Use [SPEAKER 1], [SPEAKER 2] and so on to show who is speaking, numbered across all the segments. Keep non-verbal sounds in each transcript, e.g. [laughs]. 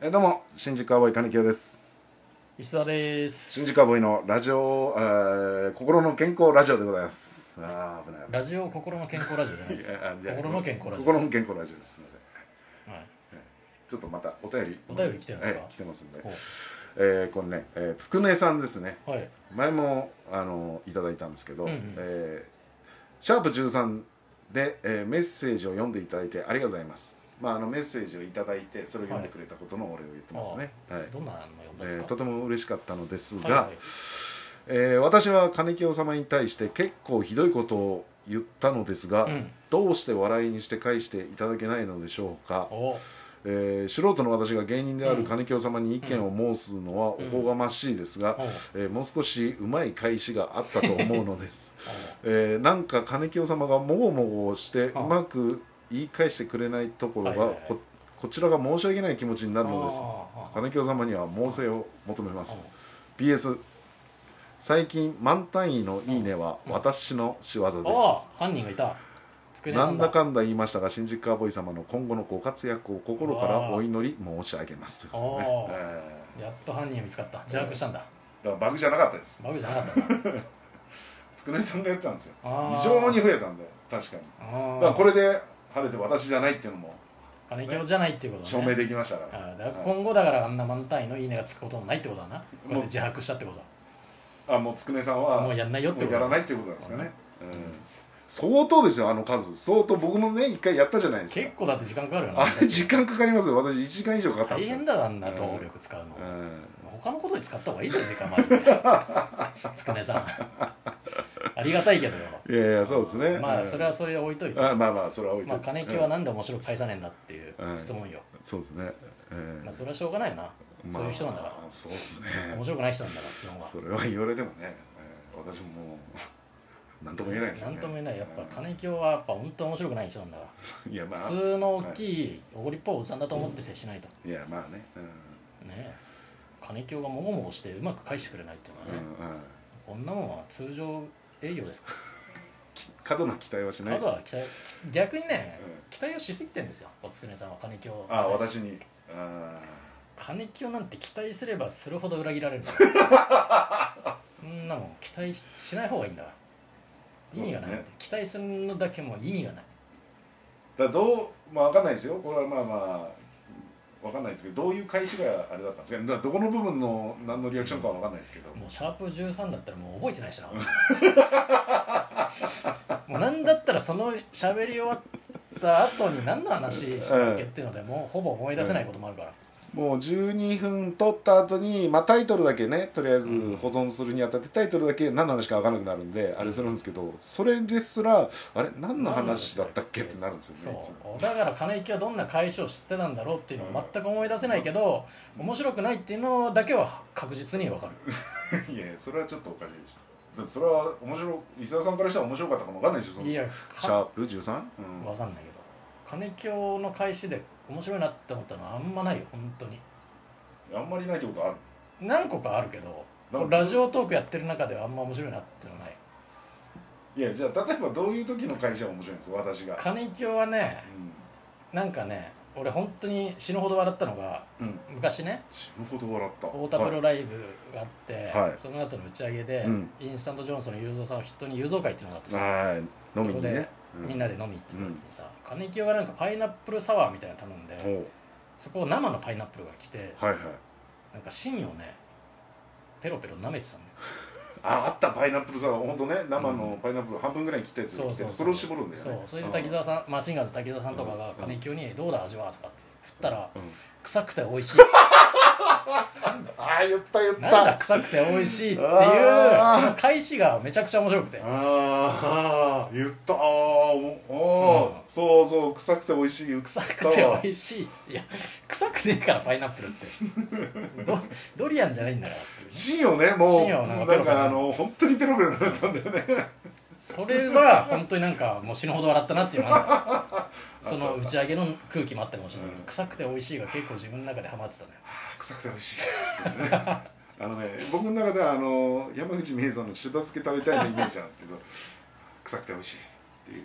[SPEAKER 1] えどうも新宿アボイ金城です
[SPEAKER 2] 石田です
[SPEAKER 1] 新宿アボイのラジオ、えー、心の健康ラジオでございますあー危ない危ない
[SPEAKER 2] ラジオ心の健康ラジオじゃないです
[SPEAKER 1] いやあじゃあ
[SPEAKER 2] 心の健康ラジオ
[SPEAKER 1] 心の健康ラジオですすみません
[SPEAKER 2] はい
[SPEAKER 1] ちょっとまたお便り
[SPEAKER 2] お便り来てるんですか
[SPEAKER 1] はい来てますんで
[SPEAKER 2] ほう
[SPEAKER 1] えー、これね、えー、つくねさんですね
[SPEAKER 2] はい
[SPEAKER 1] 前もあのいただいたんですけど、
[SPEAKER 2] うんうん
[SPEAKER 1] えーシャープ13で、えーメッセージを読んでいただいてありがとうございますまああのメッセージをいただいてそれを読んでくれたことのお礼を言ってますね、はい
[SPEAKER 2] どんなの読ん
[SPEAKER 1] え
[SPEAKER 2] だんです
[SPEAKER 1] ー
[SPEAKER 2] か
[SPEAKER 1] とても嬉しかったのですが、
[SPEAKER 2] はいはい
[SPEAKER 1] えー私は金清様に対して結構ひどいことを言ったのですが、
[SPEAKER 2] うん
[SPEAKER 1] どうして笑いにして返していただけないのでしょうか、
[SPEAKER 2] お
[SPEAKER 1] えー素人の私が芸人である金清様に意見を申すのはお
[SPEAKER 2] うん
[SPEAKER 1] こがましいですが、
[SPEAKER 2] お
[SPEAKER 1] えーもう少しうまい返しがあったと思うの
[SPEAKER 2] [laughs]
[SPEAKER 1] です、
[SPEAKER 2] お
[SPEAKER 1] えーなんか金清様がもごもごしてう
[SPEAKER 2] ああ
[SPEAKER 1] まく言い返してくれないところが、
[SPEAKER 2] はいはいはい
[SPEAKER 1] ここちらが申し訳ない気持ちになるのです
[SPEAKER 2] あーあー
[SPEAKER 1] 金清様には猛省を求めます
[SPEAKER 2] あ
[SPEAKER 1] PS 最近満単位の「いいね」は私の仕業
[SPEAKER 2] ー
[SPEAKER 1] で
[SPEAKER 2] あー犯人がいた
[SPEAKER 1] す
[SPEAKER 2] 机
[SPEAKER 1] なんだかんだ言いましたが新宿カーボーイ様の今後のご活躍を心からお祈り申し上げますということでね
[SPEAKER 2] ああ
[SPEAKER 1] え
[SPEAKER 2] やっと犯人見つかった自白したんだ
[SPEAKER 1] ーだからバグじゃなかったです
[SPEAKER 2] バグじゃなかったな
[SPEAKER 1] つくねさんがやったんですよ
[SPEAKER 2] あー
[SPEAKER 1] 非常に増えたんだよ確かに
[SPEAKER 2] あ
[SPEAKER 1] だ
[SPEAKER 2] ー
[SPEAKER 1] からこれで晴れて私じゃないっていうのも
[SPEAKER 2] 金京じゃないっていうことね
[SPEAKER 1] 証明できましたから、
[SPEAKER 2] あーだから今後だからあんな満タイのいいねがつくこともないってことだなこうやって自白したってこと
[SPEAKER 1] あもうつくねさん
[SPEAKER 2] だ
[SPEAKER 1] は
[SPEAKER 2] もうやんないよって
[SPEAKER 1] も
[SPEAKER 2] こ
[SPEAKER 1] う
[SPEAKER 2] と
[SPEAKER 1] や
[SPEAKER 2] だ
[SPEAKER 1] らないっていうことなんですかね、うん相当ですよあの数相当僕もね一回やったじゃないですか
[SPEAKER 2] 結構だって時間かかるよな
[SPEAKER 1] あれ時間かかりますよ私1時間以上かかったん
[SPEAKER 2] 大
[SPEAKER 1] ですよ
[SPEAKER 2] 変だなあんな労力使うの
[SPEAKER 1] うん
[SPEAKER 2] 他のことに使った方がいいです時間マジで
[SPEAKER 1] [laughs]
[SPEAKER 2] つくねさんありがたいけどよ
[SPEAKER 1] いやいやそうですね
[SPEAKER 2] まあそれは
[SPEAKER 1] そ
[SPEAKER 2] それで置いといて、
[SPEAKER 1] あまあまあそれは置いと
[SPEAKER 2] ま
[SPEAKER 1] い
[SPEAKER 2] あ
[SPEAKER 1] て
[SPEAKER 2] 金木は
[SPEAKER 1] うん
[SPEAKER 2] なんで面白く返さねえんだっていう質問よ、
[SPEAKER 1] そうですねええ
[SPEAKER 2] まあ、それはしょうがないよな、そういう人なんだか
[SPEAKER 1] まあそうですね
[SPEAKER 2] ら面白くない人なんだから基本は
[SPEAKER 1] それは言われてもねええ私ももうなんとも言えないですよ
[SPEAKER 2] な
[SPEAKER 1] ね
[SPEAKER 2] んとも言えないやっぱ
[SPEAKER 1] うん
[SPEAKER 2] 金木はやっぱ本当面白くない人なんだか
[SPEAKER 1] いやま
[SPEAKER 2] ら
[SPEAKER 1] あ
[SPEAKER 2] 普通の大きいおごりっぽいおじさんだと思って接しないと、
[SPEAKER 1] いやまあねうん
[SPEAKER 2] ね金木がもごもごしてうまく返してくれないっていうのはね、
[SPEAKER 1] うんうん
[SPEAKER 2] こんなもんは通常営業ですか
[SPEAKER 1] き過度な期待はし
[SPEAKER 2] ら、
[SPEAKER 1] な
[SPEAKER 2] あ
[SPEAKER 1] い
[SPEAKER 2] とは期待き逆にね、
[SPEAKER 1] うん
[SPEAKER 2] 期待をしすぎてんですよおつくねさんは金木を
[SPEAKER 1] あ私にあ
[SPEAKER 2] 金清なんて期待すればするほど裏切られ
[SPEAKER 1] [laughs]
[SPEAKER 2] るんだそんなもん期待ししない方がいいんだから意味がない、
[SPEAKER 1] そうっすね
[SPEAKER 2] 期待するのだけもう意味がない
[SPEAKER 1] ーだからどうまあわかんないですよこれはまあまあわかんないですけどどういう返しがあれだったんですかだからどこの部分の何のリアクションかはわかんないですけど
[SPEAKER 2] もうシャープ13だったらもう覚えてな
[SPEAKER 1] [laughs]
[SPEAKER 2] いしなもう何だったらその喋り終わった後に何の話したっけっていうのでもうほぼ思い出せないこともあるから、
[SPEAKER 1] もう12分取った後にまあ、タイトルだけねとりあえず
[SPEAKER 2] うん
[SPEAKER 1] 保存するにあたってタイトルだけ何の話か分からなくなるんであれするんですけどそれですらあれ何の話だったっけってなるんですよねいつも
[SPEAKER 2] そうだから金井家はどんな解消してたんだろうっていうのを全く思い出せないけど、面白くないっていうのだけは確実に分かる
[SPEAKER 1] いやいやそれはちょっとおかしいでしょだってそれは面白い伊沢さんからしたら面白かったかも分かんないでしょその
[SPEAKER 2] い
[SPEAKER 1] シ
[SPEAKER 2] や
[SPEAKER 1] ャープ 13? うん
[SPEAKER 2] 分かんないけど金京の開始で面白いなって思ったのはあんまないよ本当に
[SPEAKER 1] あんまりないってことある
[SPEAKER 2] 何個かあるけど
[SPEAKER 1] なんか
[SPEAKER 2] ラジオトークやってる中ではあんま面白いなっていうのはない
[SPEAKER 1] いやじゃあ例えばどういう時の会社が面白いんですか私が
[SPEAKER 2] 金京はね
[SPEAKER 1] う
[SPEAKER 2] なんかね俺本当に死ぬほど笑ったのが
[SPEAKER 1] ん、うん、
[SPEAKER 2] 昔ね
[SPEAKER 1] 死ぬほど笑った
[SPEAKER 2] 太田プロライブがあって、
[SPEAKER 1] はい
[SPEAKER 2] その後の打ち上げで、
[SPEAKER 1] うん
[SPEAKER 2] インスタントジョンソンの雄三さんを筆頭に雄三会っていうのがあってさ、
[SPEAKER 1] はいはい飲みにね
[SPEAKER 2] みんなで飲み行ってた時にさ、金清がなんかパイナップルサワーみたいなの頼ん
[SPEAKER 1] うん
[SPEAKER 2] で
[SPEAKER 1] おう
[SPEAKER 2] そこを生のパイナップルが来て
[SPEAKER 1] はいはい
[SPEAKER 2] なんか芯をねペロペロ舐めてたのよ
[SPEAKER 1] ああったパイナップルさ本当ね生のパイナップル半分ぐらいに切ったやつ
[SPEAKER 2] そう
[SPEAKER 1] が
[SPEAKER 2] そう
[SPEAKER 1] 来
[SPEAKER 2] そう
[SPEAKER 1] てそれを絞るんだよね
[SPEAKER 2] そうそれで滝沢さんマシンガーズ滝沢さんとかが
[SPEAKER 1] うん
[SPEAKER 2] 金清に「どうだ味は?」とかって振ったら
[SPEAKER 1] うん
[SPEAKER 2] 「臭くて美
[SPEAKER 1] [laughs]
[SPEAKER 2] 味しい」
[SPEAKER 1] ああ言った言った
[SPEAKER 2] 「なんだ臭くて美味しい」っていう
[SPEAKER 1] あー
[SPEAKER 2] その返しがめちゃくちゃ面白くて
[SPEAKER 1] ああ言ったああおおー、
[SPEAKER 2] うん
[SPEAKER 1] そうそう臭くて美味しい言っ
[SPEAKER 2] 「
[SPEAKER 1] た
[SPEAKER 2] 臭くて美味しい」っていや臭くねえからパイナップルっ
[SPEAKER 1] [laughs]
[SPEAKER 2] てドドリアンじゃないんだからっていう
[SPEAKER 1] 芯をねもう
[SPEAKER 2] 芯をなんか
[SPEAKER 1] なん
[SPEAKER 2] ペロペロ
[SPEAKER 1] かあの本当にペロペロになったんだよね
[SPEAKER 2] それは本当になんかもう死ぬほど笑ったなっていうのは
[SPEAKER 1] [laughs]
[SPEAKER 2] あるその打ち上げの空気もあったかもしれないけど、
[SPEAKER 1] うん
[SPEAKER 2] 臭くて美味しいが結構自分の中でハマってたね
[SPEAKER 1] 臭くて美味しいですよねあのね僕の中ではあの山口美恵さんのしば漬け食べたいのイメージなんですけど臭くて美味しいっていう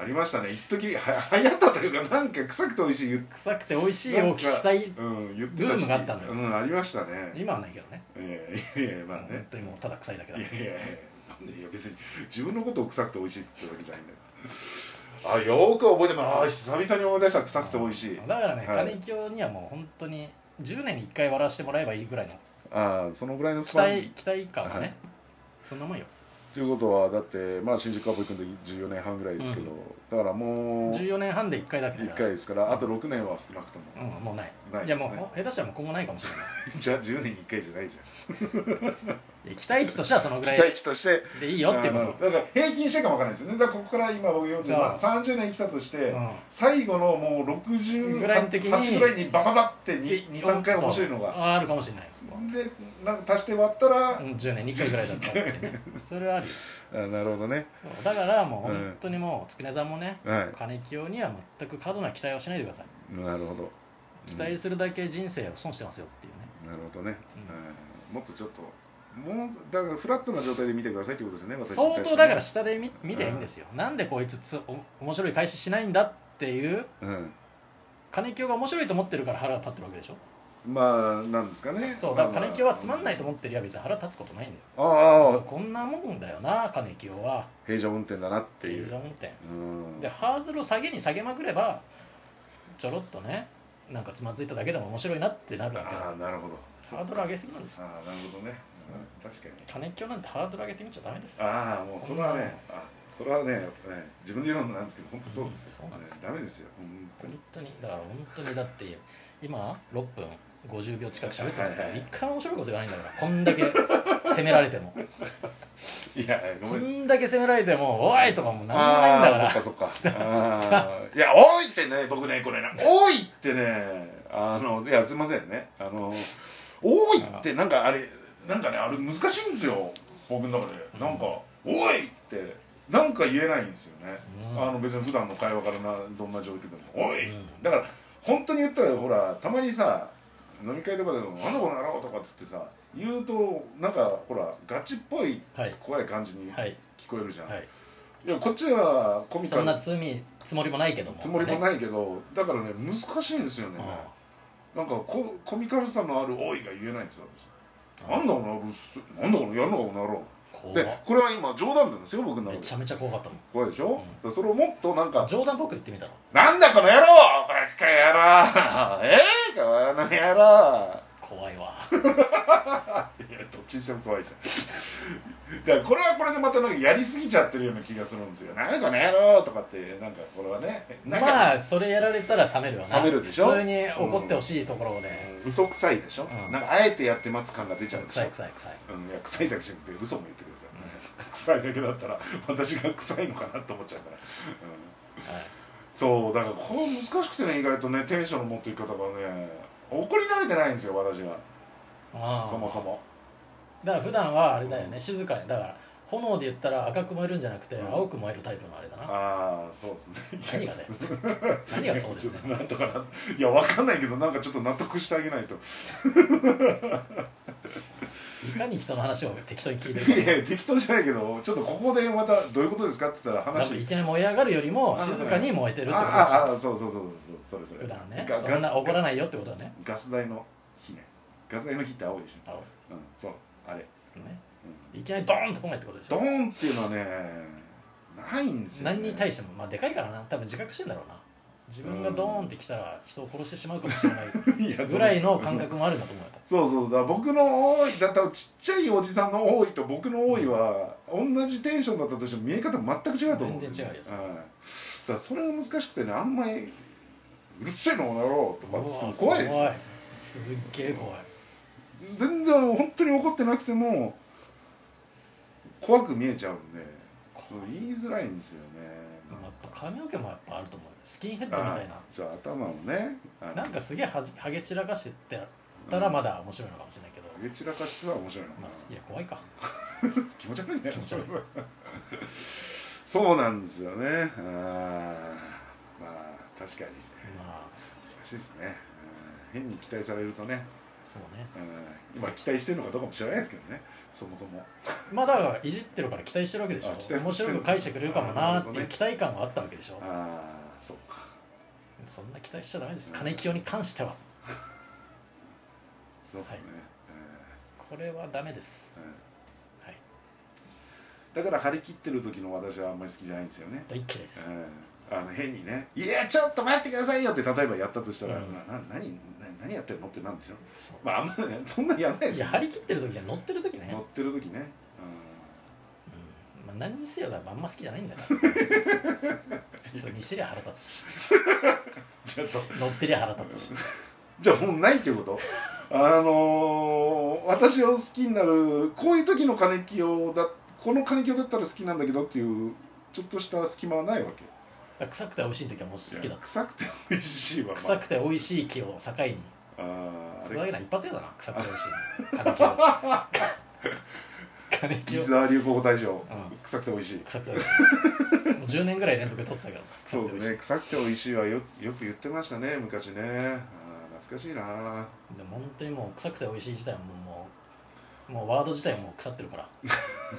[SPEAKER 1] ありましたね一時は流行ったというかなんか臭くて美味しい言っ
[SPEAKER 2] 臭くて美味しいを聞きたい
[SPEAKER 1] うん、言ってた
[SPEAKER 2] ブームがあったんだよ
[SPEAKER 1] うん、ありましたね
[SPEAKER 2] 今はないけどね
[SPEAKER 1] ええいやいやまあね
[SPEAKER 2] 本当にもうただ臭いだけだ
[SPEAKER 1] いやいやいやなんでいや別に自分のことを臭くて美味しいって言ってるわけじゃないんだよあよく覚えてますあー久々に思い出した臭くて美味しい
[SPEAKER 2] だからね
[SPEAKER 1] はい
[SPEAKER 2] 金京にはもう本当に10年に1回笑わせてもらえばいいぐらいの
[SPEAKER 1] ああそのぐらいのス
[SPEAKER 2] 期
[SPEAKER 1] パ
[SPEAKER 2] 待
[SPEAKER 1] ン
[SPEAKER 2] 期待感は
[SPEAKER 1] は
[SPEAKER 2] ね
[SPEAKER 1] い
[SPEAKER 2] そんなもんよ
[SPEAKER 1] ということはだってまあ新宿アボ行くんで14年半ぐらいですけど、だからもう
[SPEAKER 2] 14年半で1回だけだ
[SPEAKER 1] 1
[SPEAKER 2] から
[SPEAKER 1] 回ですからあと6年は少なくとも
[SPEAKER 2] うんもうない
[SPEAKER 1] ない
[SPEAKER 2] い
[SPEAKER 1] で
[SPEAKER 2] や
[SPEAKER 1] すね
[SPEAKER 2] もう下手したらもう今後ないかもしれない
[SPEAKER 1] じゃあ10年に1回じゃないじ
[SPEAKER 2] いや期待値としてはその
[SPEAKER 1] ゃん
[SPEAKER 2] ぐら
[SPEAKER 1] 期待
[SPEAKER 2] い
[SPEAKER 1] 値として
[SPEAKER 2] でいいよっていうこ
[SPEAKER 1] あのだから平均してるかもわからないですよねだからここから今僕40
[SPEAKER 2] そう
[SPEAKER 1] まあ30年来たとして、
[SPEAKER 2] と、うん
[SPEAKER 1] 最後のもう68
[SPEAKER 2] ぐ
[SPEAKER 1] ぐ
[SPEAKER 2] ら
[SPEAKER 1] ら
[SPEAKER 2] い
[SPEAKER 1] い
[SPEAKER 2] の時に
[SPEAKER 1] にバババって23回面白いの
[SPEAKER 2] そう
[SPEAKER 1] が
[SPEAKER 2] ああるかもしれないですも
[SPEAKER 1] でなんか足して割ったら、
[SPEAKER 2] う10年に1回ぐらいだったっていうねそれはあるよ
[SPEAKER 1] あなるほどね
[SPEAKER 2] そうだからもう本当にもうつくねさんもね
[SPEAKER 1] は
[SPEAKER 2] 金清には全く過度な期待をしないでください
[SPEAKER 1] いなるほど
[SPEAKER 2] 期待するだけ人生を損してますよっていうね
[SPEAKER 1] なるほどね、
[SPEAKER 2] うん
[SPEAKER 1] はいもっとちょっともうだからフラットな状態で見てくださいってことですね私に対
[SPEAKER 2] 相
[SPEAKER 1] して
[SPEAKER 2] 当
[SPEAKER 1] ね
[SPEAKER 2] だから下で見見りゃいいんですよなんでこいつつお面白い開始しないんだっていう
[SPEAKER 1] うん
[SPEAKER 2] 金清が面白いと思ってるから腹が立ってるわけでしょ
[SPEAKER 1] まあなんですかね
[SPEAKER 2] そう
[SPEAKER 1] ま
[SPEAKER 2] だ
[SPEAKER 1] あ
[SPEAKER 2] から金清はつまんないと思ってりゃ別に腹立つことないんだよ
[SPEAKER 1] ああああ
[SPEAKER 2] こんなもんだよな金清はっ
[SPEAKER 1] 平常運転だなって
[SPEAKER 2] てい
[SPEAKER 1] いうう
[SPEAKER 2] 運転
[SPEAKER 1] うん
[SPEAKER 2] でハードルを下げに下げまくればちょろっとねなんかつまずいただけでも面白いなってなるわけ
[SPEAKER 1] ああ
[SPEAKER 2] ハ
[SPEAKER 1] なるほど
[SPEAKER 2] ードル上げすぎなんですよ
[SPEAKER 1] ああなるほどね、うん確かに
[SPEAKER 2] 金清なんてハードル上げてみちゃダメですよ
[SPEAKER 1] ああもうそれはねあそれはねね自分で言うのもなんですけど本当そうですよ、
[SPEAKER 2] そうなんですよ
[SPEAKER 1] ねダメですよ本当に
[SPEAKER 2] 本当にだから本当にだって今6分50秒近く喋ってますから
[SPEAKER 1] はい
[SPEAKER 2] 一
[SPEAKER 1] はい
[SPEAKER 2] 回も面白いこと言わないんだからこんだけ責められ
[SPEAKER 1] [laughs]
[SPEAKER 2] ても
[SPEAKER 1] いやご
[SPEAKER 2] こ
[SPEAKER 1] めん
[SPEAKER 2] んだけ責められても「おい!」とかもなんも
[SPEAKER 1] あ
[SPEAKER 2] [laughs] ないんだ
[SPEAKER 1] あ
[SPEAKER 2] か
[SPEAKER 1] ー
[SPEAKER 2] ら
[SPEAKER 1] そっかそっかあーいや「おい!」ってね僕ねこれね「おい!」ってねあのいやすいませんねあの「おい!」ってなんかあれなんかねあれ難しいんですよ僕の中でなんか「おい!」ってなんか言えないんですよね、
[SPEAKER 2] うん
[SPEAKER 1] あの別に普段の会話からなどんな状況でも「おい!
[SPEAKER 2] うん
[SPEAKER 1] だから本当に言ったらほらたまにさ飲み会とかでも「あの子の野郎」とかっつってさ言うとなんかほらガチっぽい
[SPEAKER 2] はい
[SPEAKER 1] 怖い感じに
[SPEAKER 2] はい
[SPEAKER 1] 聞こえるじゃん、
[SPEAKER 2] はい
[SPEAKER 1] いやこっちはコミカ
[SPEAKER 2] そん
[SPEAKER 1] ル
[SPEAKER 2] な
[SPEAKER 1] な
[SPEAKER 2] 罪つもりもないけども
[SPEAKER 1] つもりも
[SPEAKER 2] ね
[SPEAKER 1] ないけどだからね難しいんですよね
[SPEAKER 2] あ
[SPEAKER 1] なんかココミカルさのある「おい」が言えないんですよ私
[SPEAKER 2] あ
[SPEAKER 1] なんだこの野郎うっすなんだこのやるのかこの野郎
[SPEAKER 2] 怖
[SPEAKER 1] でこれは今冗談なんですよ僕の
[SPEAKER 2] め
[SPEAKER 1] 中
[SPEAKER 2] ち
[SPEAKER 1] で
[SPEAKER 2] ゃめちゃ怖かったもん
[SPEAKER 1] 怖いでしょ、
[SPEAKER 2] ん
[SPEAKER 1] だからそれをもっとなんか
[SPEAKER 2] 冗談っぽく言ってみたの
[SPEAKER 1] 「なんだこの野郎バカ野郎 [laughs] ええこの野郎」
[SPEAKER 2] 怖いわ
[SPEAKER 1] いやどっちにしても怖いじゃんだからこれはこれでまたなんかやりすぎちゃってるような気がするんですよ「なんだこの野郎」とかってなんかこれはねなんか、
[SPEAKER 2] まあそれやられたら冷めるわな
[SPEAKER 1] 冷めるでしょ
[SPEAKER 2] 普通に怒ってほしいところで
[SPEAKER 1] 嘘くさいでしょ、
[SPEAKER 2] うん
[SPEAKER 1] なんかあえてやって待つ感が出ちゃうでしょ
[SPEAKER 2] 臭い臭い臭い
[SPEAKER 1] うん、いや臭いだけじゃなくて嘘も言ってください、臭いだけだったら私が臭いのかなって思っちゃうから、うん、
[SPEAKER 2] はい
[SPEAKER 1] そうだからこれ難しくてね意外とねテンションの持っていき方がね怒り慣れてないんですよ私が
[SPEAKER 2] ああ
[SPEAKER 1] そもそも
[SPEAKER 2] だから普段はあれだよね静かにだから炎で言ったら赤く燃えるんじゃなくて
[SPEAKER 1] うん
[SPEAKER 2] 青く燃えるタイプのあれだな
[SPEAKER 1] ああそうですね
[SPEAKER 2] 何が
[SPEAKER 1] [laughs]
[SPEAKER 2] だよ何がそうです
[SPEAKER 1] ちょ
[SPEAKER 2] ね
[SPEAKER 1] っとなんとかないやわかんないけどなんかちょっと納得してあげない
[SPEAKER 2] [laughs]
[SPEAKER 1] と
[SPEAKER 2] いかに人の話を適当に聞いてる
[SPEAKER 1] いや適当じゃないけどちょっとここでまたどういうことですかって言ったら
[SPEAKER 2] か
[SPEAKER 1] 話
[SPEAKER 2] いきなり燃え上がるよりも静かに燃えてるって
[SPEAKER 1] あ
[SPEAKER 2] こ
[SPEAKER 1] あ
[SPEAKER 2] と
[SPEAKER 1] ああそうそうそうそうそれそれ
[SPEAKER 2] でしょ普段ね
[SPEAKER 1] ガ
[SPEAKER 2] そんな怒ら
[SPEAKER 1] ガ
[SPEAKER 2] ないよってことだね
[SPEAKER 1] ガス代の火ねガス代の火って青いでし
[SPEAKER 2] 青
[SPEAKER 1] ょうんそうあれ、
[SPEAKER 2] ね
[SPEAKER 1] うん、
[SPEAKER 2] いきなりドーンと来ないってことでし
[SPEAKER 1] ド
[SPEAKER 2] ょ
[SPEAKER 1] ーンっていうのはねないんですよ、ね、
[SPEAKER 2] 何に対
[SPEAKER 1] し
[SPEAKER 2] してもまあでかいからな多分自覚してんだろうな自分がドーンって来たら人を殺してしまうかもしれない
[SPEAKER 1] [laughs] て
[SPEAKER 2] ぐらいの感覚もあるんだと思うよ
[SPEAKER 1] そうそうだから僕の「多い」だったらちっちゃいおじさんの「多い」と僕の「多い」は同じテンションだったとしても見え方全く違うと思うんですよ、ね、
[SPEAKER 2] 全然違う
[SPEAKER 1] はい、だからそれが難しくてねあんまり「うるせえのなろう」とかっつっても怖いでしょ
[SPEAKER 2] 怖いすっげえ怖い
[SPEAKER 1] 全然本当に怒ってなくても怖く見えちゃうんでそう言いづらいんですよね
[SPEAKER 2] でもやっぱ髪の毛もやっぱあると思うよスキンヘッドみたいな
[SPEAKER 1] あじゃあ頭をねあの
[SPEAKER 2] なんかすげえはじハゲ散らかしてってたらまだ面白いのかもしれないけど、
[SPEAKER 1] 上散らかしては面白いのかな
[SPEAKER 2] まあいや怖いか
[SPEAKER 1] 気持ち悪いね
[SPEAKER 2] 気持ち
[SPEAKER 1] そ
[SPEAKER 2] 悪い
[SPEAKER 1] れはそうなんですよねあーまあ確かに
[SPEAKER 2] まあ
[SPEAKER 1] 難しいですねうん変に期待されるとね
[SPEAKER 2] そうね
[SPEAKER 1] うん、まあ期待してるのかどうかも知らないですけどねそもそも
[SPEAKER 2] まあだからいじってるから期待してるわけでし
[SPEAKER 1] あ期待して
[SPEAKER 2] ょ
[SPEAKER 1] る
[SPEAKER 2] 面白く返してくれるかもなーって
[SPEAKER 1] あーなるほど
[SPEAKER 2] い
[SPEAKER 1] ね
[SPEAKER 2] う期待感はあったわけでしょ
[SPEAKER 1] ああそうか
[SPEAKER 2] そんな期待しちゃダメです
[SPEAKER 1] うん
[SPEAKER 2] 金清に関しては
[SPEAKER 1] そうですね、
[SPEAKER 2] これはダメです
[SPEAKER 1] うんうん
[SPEAKER 2] はい
[SPEAKER 1] だから張り切ってる時の私はあんまり好きじゃないんですよね、
[SPEAKER 2] 大嫌いです
[SPEAKER 1] うん、あの変にね「いやちょっと待ってくださいよ」って例えばやったとしたら「
[SPEAKER 2] うん
[SPEAKER 1] なな何な何やってんの?」ってなんでしょ
[SPEAKER 2] そう
[SPEAKER 1] まああんまねそんなやんないで
[SPEAKER 2] い
[SPEAKER 1] すよ
[SPEAKER 2] や張り切ってる時じゃ乗ってる時ね
[SPEAKER 1] 乗ってる時ね、
[SPEAKER 2] うんまあ、何にせよだからあんま好きじゃないんだよ
[SPEAKER 1] [laughs]
[SPEAKER 2] 普通にしてりゃ腹立つし
[SPEAKER 1] うん、 [laughs] ちょっと
[SPEAKER 2] 乗ってりゃ腹立つし
[SPEAKER 1] じゃあもうないっていう
[SPEAKER 2] [laughs]
[SPEAKER 1] ことあのー、私を好きになるこういう時の金清だこの金清だったら好きなんだけどっていうちょっとした隙間はないわけ
[SPEAKER 2] 臭くて美味しい時はもう好き
[SPEAKER 1] い
[SPEAKER 2] だ
[SPEAKER 1] や臭くて美味しいわ、まあ
[SPEAKER 2] 臭くて美味しい木を境に
[SPEAKER 1] あー
[SPEAKER 2] そ
[SPEAKER 1] あ
[SPEAKER 2] れ
[SPEAKER 1] れ
[SPEAKER 2] だけな一発屋だな臭くて美味しい金木金木
[SPEAKER 1] 木沢流行語大賞
[SPEAKER 2] うん
[SPEAKER 1] 臭くて美味しい
[SPEAKER 2] 臭くて美味しいもう10年ぐらい連続で撮ってたけど
[SPEAKER 1] そ
[SPEAKER 2] 臭く
[SPEAKER 1] う
[SPEAKER 2] て美
[SPEAKER 1] です
[SPEAKER 2] 味しい
[SPEAKER 1] ね臭くて美味しいはよよく言ってましたね昔ねあー懐かしいな [laughs]
[SPEAKER 2] でも本当にもう臭くて美味しい自体はもうもうもうワード自体はもう腐ってるから、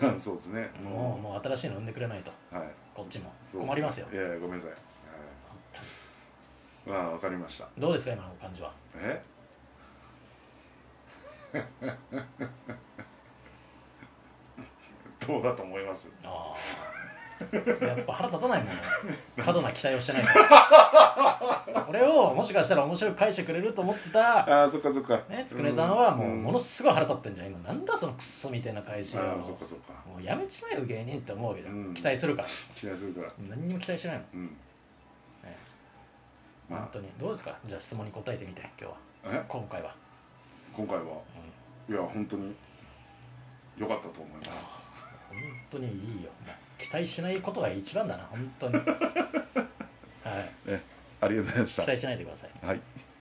[SPEAKER 1] ーそうですね
[SPEAKER 2] もうもう新しいの生んでくれないと
[SPEAKER 1] うはい
[SPEAKER 2] こっちも
[SPEAKER 1] そうですね
[SPEAKER 2] 困りますよ
[SPEAKER 1] いやいやごめんなさい、はい
[SPEAKER 2] 本当に
[SPEAKER 1] まあわかりました
[SPEAKER 2] どうですか今の感じは
[SPEAKER 1] え [laughs] どうだと思います
[SPEAKER 2] ああ [laughs] やっぱ腹立たないもんね過度な期待をしてないからこれをもしかしたら面白く返してくれると思ってたら
[SPEAKER 1] ああそっかそっか
[SPEAKER 2] ねつくねさんはもうもの
[SPEAKER 1] す
[SPEAKER 2] すごい腹立ってんじゃん今なんだそのクソみたいな返しを
[SPEAKER 1] ああ
[SPEAKER 2] も
[SPEAKER 1] そっかそっか
[SPEAKER 2] うやめちまえよ芸人って思うわけじゃん、
[SPEAKER 1] うん
[SPEAKER 2] 期待するから
[SPEAKER 1] 期待するから
[SPEAKER 2] 何にも期待してないもん、
[SPEAKER 1] うん
[SPEAKER 2] ええ
[SPEAKER 1] ま
[SPEAKER 2] 本当にどうですかじゃあ質問に答えてみて今日は
[SPEAKER 1] あえ
[SPEAKER 2] 今回は、
[SPEAKER 1] 今回は
[SPEAKER 2] うん、
[SPEAKER 1] いや本当に良かったと思い
[SPEAKER 2] あ
[SPEAKER 1] ます
[SPEAKER 2] ー本当にいいよもう期待しないことが一番だな本当にはい
[SPEAKER 1] ありがとうございまし
[SPEAKER 2] 期待しないでください
[SPEAKER 1] たはい